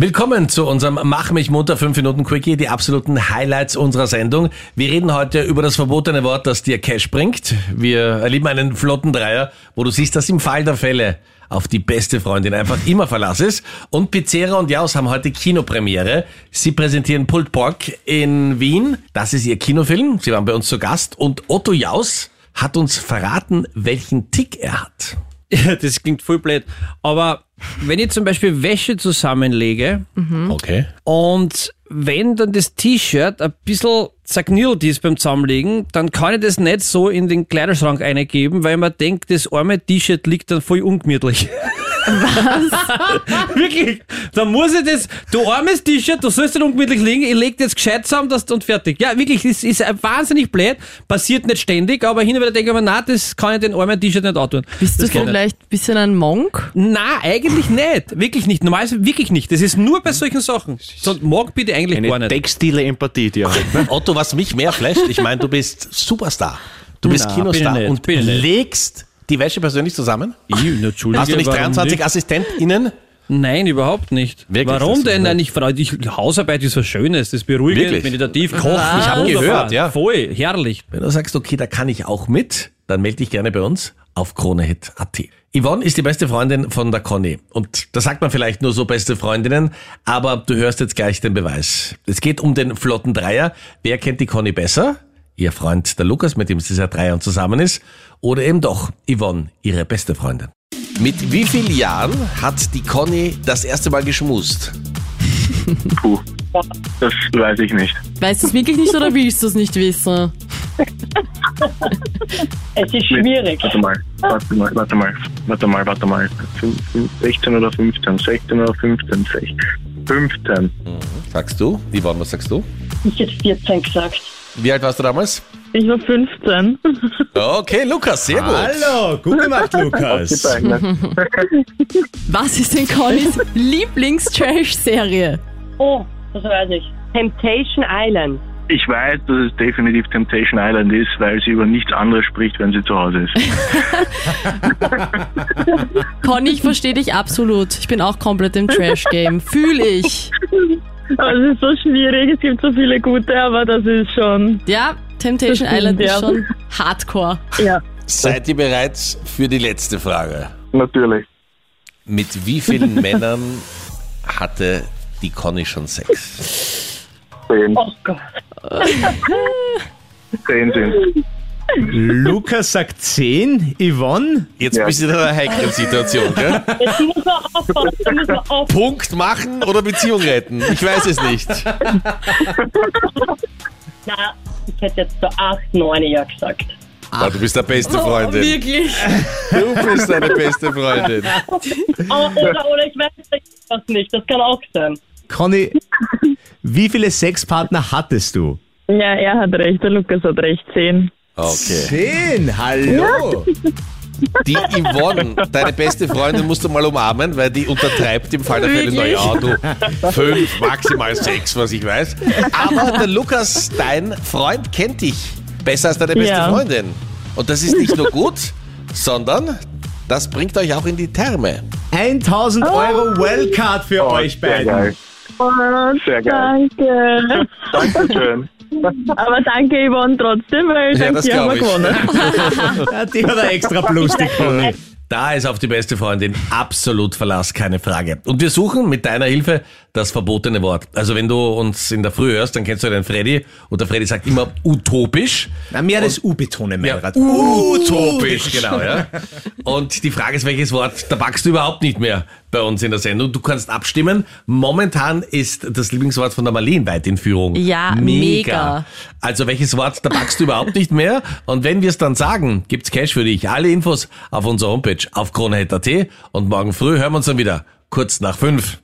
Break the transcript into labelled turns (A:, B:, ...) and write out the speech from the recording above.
A: Willkommen zu unserem Mach mich munter 5 Minuten Quickie, die absoluten Highlights unserer Sendung. Wir reden heute über das verbotene Wort, das dir Cash bringt. Wir erleben einen flotten Dreier, wo du siehst, dass im Fall der Fälle auf die beste Freundin einfach immer Verlass ist. Und Pizzera und Jaus haben heute Kinopremiere. Sie präsentieren Pulled Pork in Wien. Das ist ihr Kinofilm. Sie waren bei uns zu Gast. Und Otto Jaus hat uns verraten, welchen Tick er hat.
B: Ja, das klingt voll blöd. Aber wenn ich zum Beispiel Wäsche zusammenlege
A: Okay.
B: und wenn dann das T-Shirt ein bisschen zerknirlt ist beim Zusammenlegen, dann kann ich das nicht so in den Kleiderschrank eingeben, weil man denkt, das arme T-Shirt liegt dann voll ungemütlich. Was? Wirklich? Dann muss ich das, du armes T-Shirt, du sollst dann ungemütlich liegen, ich leg das gescheit zusammen das, und fertig. Ja, wirklich, das ist wahnsinnig blöd, passiert nicht ständig, aber hin und wieder denke ich mir, na, das kann ich den armen T-Shirt nicht antun.
C: Bist du
B: Das geht nicht.
C: vielleicht ein bisschen ein Monk?
B: Na, eigentlich nicht. Wirklich nicht. Normalerweise wirklich nicht. Das ist nur bei solchen Sachen. Sonst mag bitte eigentlich
D: Eine
B: gar nicht.
D: textile Empathie, die er hat. Ne?
A: Otto, was mich mehr flasht, ich meine, du bist Superstar. Du bist
B: Na,
A: Kinostar
B: bin ich nicht,
A: und
B: bin ich nicht.
A: legst die Wäsche persönlich zusammen?
B: Entschuldige,
A: Hast du nicht
B: warum
A: 23
B: nicht?
A: AssistentInnen?
B: Nein, überhaupt nicht.
A: Wirklich, das
B: warum
A: ist so
B: denn? Nein, ich freue dich. Hausarbeit ist was Schönes. Das beruhigt,
A: Wirklich?
B: meditativ, kochen. Ich habe
A: gehört, ja.
B: Voll, herrlich.
A: Wenn du sagst, okay, da kann ich auch mit, dann melde dich gerne bei uns auf kronehit.at. Yvonne ist die beste Freundin von der Conny. Und da sagt man vielleicht nur so beste Freundinnen, aber du hörst jetzt gleich den Beweis. Es geht um den flotten Dreier. Wer kennt die Conny besser? Ihr Freund der Lukas, mit dem sie seit drei Jahren zusammen ist. Oder eben doch Yvonne, ihre beste Freundin. Mit wie vielen Jahren hat die Conny das erste Mal geschmust?
E: Puh, das weiß ich nicht.
C: Weißt du es wirklich nicht oder willst du es nicht wissen?
F: Es ist schwierig.
E: Warte mal, warte mal, warte mal, warte mal, warte mal. Fünf- fünf- 16 oder 15, 16 oder 15, 16, 15.
A: Sagst du? Yvonne, was sagst du?
F: Ich hätte 14 gesagt.
A: Wie alt warst du damals?
G: Ich war 15.
A: Okay, Lukas, sehr gut.
H: Hallo, gut gemacht, Lukas.
E: Ausgezeichnet.
C: Was ist denn Connys Lieblings-Trash-Serie?
F: Oh, das weiß ich.
I: Temptation Island.
E: Ich weiß, dass es definitiv Temptation Island ist, weil sie über nichts anderes spricht, wenn sie zu Hause ist.
C: Conny, ich verstehe dich absolut. Ich bin auch komplett im Trash-Game. Fühl ich.
G: Aber es ist so schwierig, es gibt so viele gute, aber das ist schon.
C: Ja, Temptation
G: Das stimmt,
C: Island ist
G: ja.
C: schon hardcore.
G: Ja.
A: Seid ihr bereit für die letzte Frage?
E: Natürlich.
A: Mit wie vielen Männern hatte die Conny schon Sex?
E: 10,
F: Oh Gott.
E: 10 sind.
H: Lukas sagt 10, Yvonne.
A: Jetzt
E: Ja.
A: bist du in einer heiklen Situation, gell?
F: Jetzt muss man aufpassen, jetzt muss man aufpassen.
A: Punkt machen oder Beziehung retten? Ich weiß es nicht.
F: Na, ich hätte jetzt so 8, 9 ja gesagt.
A: Aber Ah, du bist der beste
C: Oh,
A: Freundin.
C: wirklich.
A: Du bist deine beste Freundin.
F: Aber, oder, oder ich weiß das nicht, das kann auch sein.
H: Conny, wie viele Sexpartner hattest du?
G: ja, er hat recht, der Lukas hat recht, 10.
A: Okay.
H: 10, hallo.
A: Die Yvonne, deine beste Freundin, musst du mal umarmen, weil die untertreibt im Fall der Fälle,
C: Wirklich?
A: naja, du, fünf, maximal sechs, was ich weiß. Aber der Lukas, dein Freund, kennt dich besser als deine beste
G: Ja.
A: Freundin. Und das ist nicht nur gut, sondern das bringt euch auch in die Therme.
H: 1000 Euro Wellcard für
A: Oh,
H: euch
E: Sehr
H: beiden.
E: geil.
F: Oh,
E: Sehr geil.
G: Danke.
E: Dankeschön.
G: Aber danke, Yvonne, trotzdem, weil
A: Ja,
G: dank
A: das
G: dir haben
A: glaube
G: wir
A: ich.
G: gewonnen.
H: Ja, Die hat ein extra Plus, die Conny.
A: Da ist auf die beste Freundin absolut Verlass, keine Frage. Und wir suchen mit deiner Hilfe das verbotene Wort. Also wenn du uns in der Früh hörst, dann kennst du den Freddy und der Freddy sagt immer utopisch.
H: Na, mehr das U betonen,
A: Ja, Uh,
H: Meinrad.
A: utopisch, genau, ja. Und die Frage ist, welches Wort, da backst du überhaupt nicht mehr bei uns in der Sendung. Du kannst abstimmen. Momentan ist das Lieblingswort von der Marleen weit in Führung.
C: Ja, mega.
A: Also welches Wort, da backst du überhaupt nicht mehr. Und wenn wir es dann sagen, gibt's Cash für dich. Alle Infos auf unserer Homepage auf kronehit.at und morgen früh hören wir uns dann wieder, kurz nach fünf.